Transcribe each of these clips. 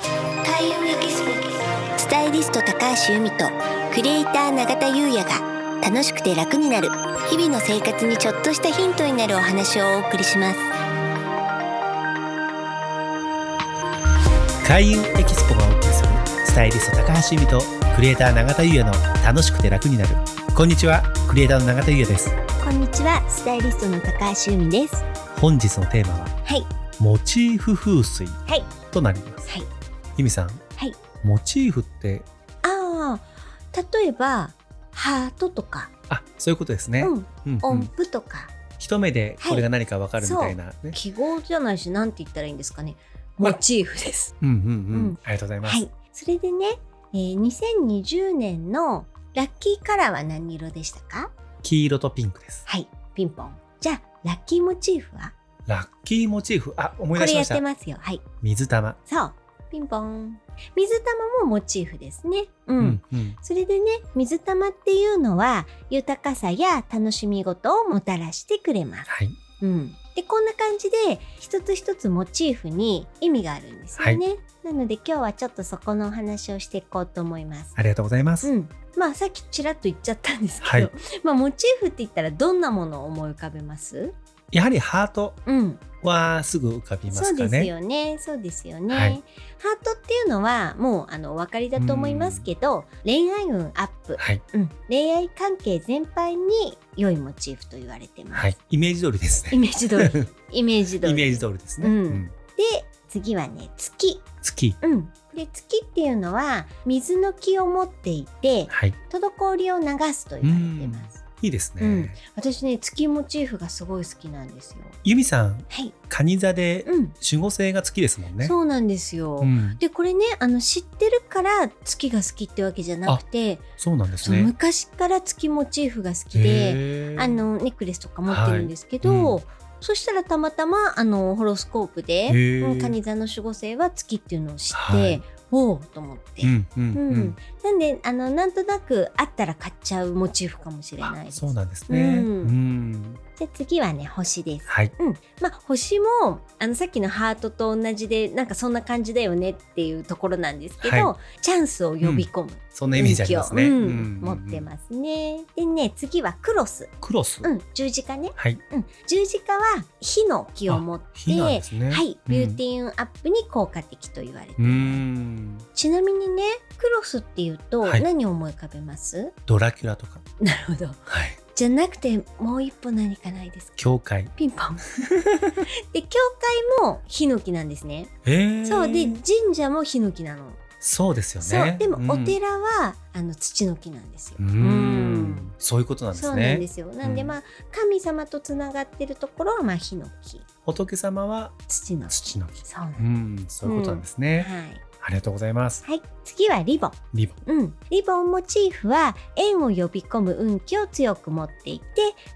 田優也ギススタイリスト高橋由美とクリエイター永田優也が楽しくて楽になる日々の生活にちょっとしたヒントになるお話をお送りします開運エキスポがお送りするスタイリスト高橋由美とクリエイター永田優也の楽しくて楽になるこんにちはクリエイターの永田優也ですこんにちはスタイリストの高橋由美です本日のテーマははいモチーフ風水はいとなりますはい由美さんはいモチーフってああ例えばハートとか、あそういうことですね、うん、うんうん音符とか、一目でこれが何かわかるみたいなね、記号じゃないしなんて言ったらいいんですかねまあモチーフですうんうんうん、うんありがとうございます、はいそれでね、えー、2020年のラッキーカラーは何色でしたか黄色とピンクですはいピンポンじゃあラッキーモチーフはラッキーモチーフあ思こいれ出しまやしってたますよはい水玉そうピンポン水玉もモチーフですねう、うんうんそれでね水玉っていうのは豊かさや楽しみ事をもたらしてくれますはいうん、でこんな感じで一つ一つモチーフに意味があるんですよね、なので今日はちょっとそこのお話をしていこうと思いますありがとうございます、うん、まあさっきちらっと言っちゃったんですけど、はいまあ、モチーフって言ったらどんなものを思い浮かべますやはりハートうん、はすぐ浮かびまそすうかですねよねそうですよね、はいハートっていうのはもうあのお分かりだと思いますけど恋愛運アップ、はいうん、恋愛関係全般に良いモチーフと言われてます、はいイメージ通りですイねメージ通り イメージ通りイメージ通りですね、うんで次はね月、月うん、で月っていうのは水の気を持っていてはい滞りを流すと言われてますいいですね、うん私ね月モチーフがすごい好きなんですよ由美さんはい、蟹座でうん、守護星が月ですもんねそうなんですよ、うんでこれねあの知ってるから月が好きってわけじゃなくて、そうなんですそうね昔から月モチーフが好きでへーあのネックレスとか持ってるんですけど、はそしたらたまたまあのホロスコープでへーうん蟹座の守護星は月っていうのを知って、はいおおと思って、うんうんうんうんなんであのなんとなくあったら買っちゃうモチーフかもしれないあです。そうなんですねうんうんじゃあ次はね星です。はいうん、まあ星もあのさっきのハートと同じでなんかそんな感じだよねっていうところなんですけど、はチャンスを呼び込むそんなイメージ雰あ囲気りを、ますうねんうん持ってますね。でね次はクロス、クロスうん、十字架ね、はいうん、十字架は火の気を持って、火なんですねはい、うんビューティーンアップに効果的と言われて、うんちなみにねクロスっていうとはい何を思い浮かべます、ドラキュラとかなるほどはいじゃなくてもう一歩何かないですか教会ピンポ ンで教会もヒノキなんですねへーそうで神社もヒノキなの、そうですよそうねでもおうん寺は、あの土の木なんですようーうんん、そういうことなんでそうすなんでね。すよなんでうんまあ神様とつながってるところはまあヒノキ仏様は土の木土の木。そうなんでうん、そういうことなんですねす、。はいありがとうございます。はい、次はリボンリボン。うん、リボンモチーフは縁を呼び込む運気を強く持っていて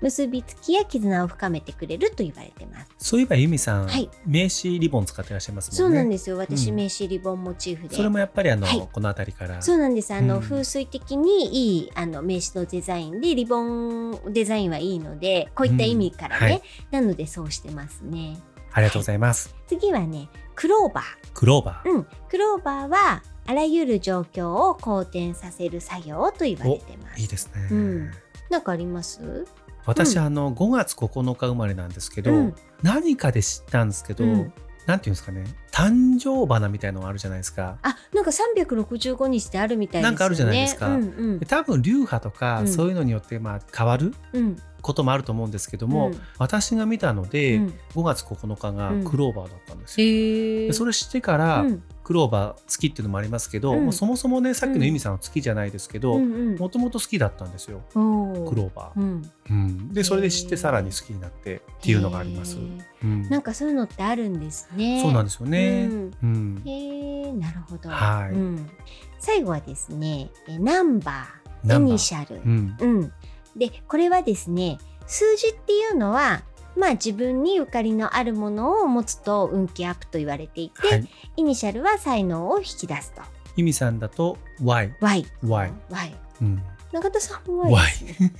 結びつきや絆を深めてくれると言われてます、そういえば由美さん、はい名刺リボン使ってらっしゃいますそもうんね。なんですよ私、うん名刺リボンモチーフでそれもやっぱりあの、はいこの辺りから。そうなんですあの、うん風水的にいいあの名刺のデザインでリボンデザインはいいのでこういった意味からね、なのでそうしてますねありがとうございます。次はねクローバクローバー、うん、クローバーはあらゆる状況を好転させる作業と言われてまー。いいすですね。うんなんかあります私、うんあの5月9日生まれなんですけど、うん何かで知ったんですけど、うんなんていうんですかね誕生花みたいのがあるじゃないですかあ、なんか三百六十五日ってあるみたいですよね。なんかあるじゃないですかうんうんで多分流派とか、うんそういうのによってまあ変わるうん。こともあると思うんですけども、うん私が見たので、うん5月9日がクローバーだったんですよ。へでそれれ知ってから、うんクローバー好きっていうのもありますけど、うんもうそもそもねさっきの由美さんの月じゃないですけうどんうん。もともと好きだったんですよおークローバー。うん。っうんでそれで知っへーてさらに好きになってっていうのがあります。うんなんかそういうのってあるんですね。そうなんでですよね。うんへえ、なるほど。はいうん最後はですね、えナンバー、ナインバーニシャル。うんうん。で、これはですね、数字っていうのは。まあ自分にゆかりのあるものを持つと運気アップと言われていて、はい、イニシャルは才能を引き出すと。由美さんだと Y、 Y。 Y、 Y。うん、中田さんはですね、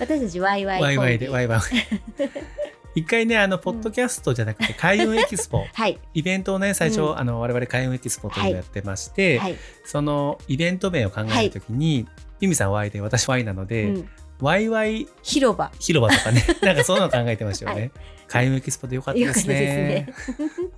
私たちワイワイ YY で YY 一回ね、あの、ポッドキャストじゃなくて、開運エキスポ、はいイベントをね、最初、うんあの、我々開運エキスポというのをやってまして、はい、そのイベント名を考えるときに、ゆみさん Y で、私 Y なのうで、ん、 YY 広場広場 とかね、なんかそういうのを考えてましたよね。開運エキスポでよかったですよかねっ。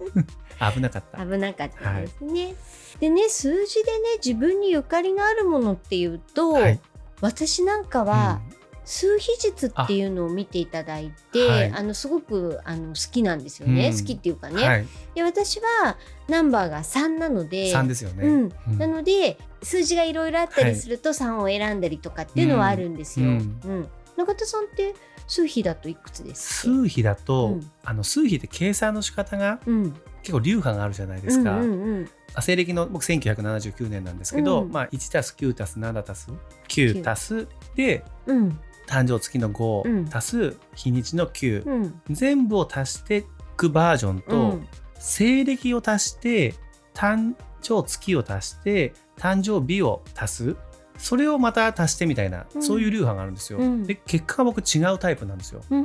危なかった。危なかったですね、でね数字でね自分にゆかりがあるものっていうと、はい私なんかは、数秘術っていうのを見ていただいてあ、あはいのすごくあの好きなんですよね、うん好きっていうかうんね、はい、で私はナンバーが3なので3ですよね。うんうんなので数字がいろいろあったりすると3を選んだりとかっていうのはあるんですよ。ううんん中田さんって数比だといくつですっけ数比だと、うんあの数比って計算の仕方がうん結構流派があるじゃないですか。うんうんうんあ西暦の僕1979年なんですけど、うんまあ1たす9たす7たす9たすでうん誕生月のうん5たす日にちの9、うん全部を足していくバージョンと、うん西暦を足して誕生月を足して誕生日を足すそれをまた足してみたいな、うんそういう流派があるんですよ。うんで結果が僕違うタイプなんですよ。うんう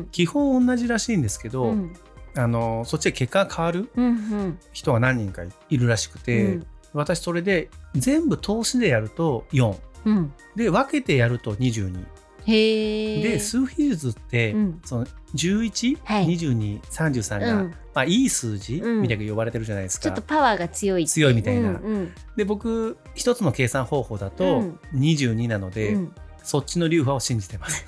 ん基本同じらしいんですけうど、んうんあのそっちで結果が変わるうん人が何人かいるらしくうて、ん私それで全部投資でやると4うんで分けてやると22へえで数比術って、うんその11、はい2233うが、んまあ、いい数字うんみたいに呼ばれてるじゃないですちょか、っとパワーが強いってう強いみたいなうんうんで僕一つの計算方法だうとん22なので、うんそっちの流派を信じてます。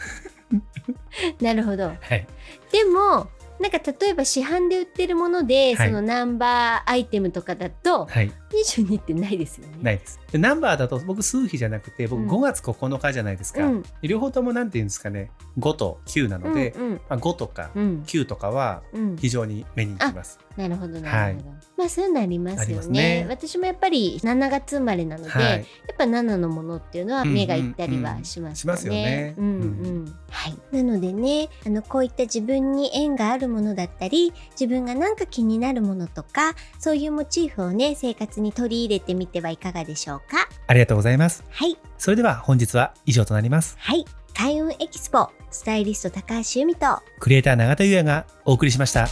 なるほどはい、でもなんか例えば市販で売ってるもので、はいそのナンバーアイテムとかだとはい、 22ってないですよね。ないですでナンバーだと僕数比じゃなくて僕うん5月9日じゃないですか、うん両方ともなんて言うんですかね5と9なので、うんまあ、5とかうんうん9とかはうん、非常に目につきます。なるほどなるほど、まあそういうのありますよねありますね私もやっぱり7月生まれなので、はい、やっぱ7のものっていうのはうんうん目がいったりはしましたね。しますよねうんうんはい、なのでねあのこういった自分に縁があるものだったり自分がなんか気になるものとかそういうモチーフをね生活に取り入れてみてはいかがでしょうか。ありがとうございます。はい、それでは本日は以上となります。はい、開運エキスポスタイリスト高橋由美とクリエイター永田裕也がお送りしました。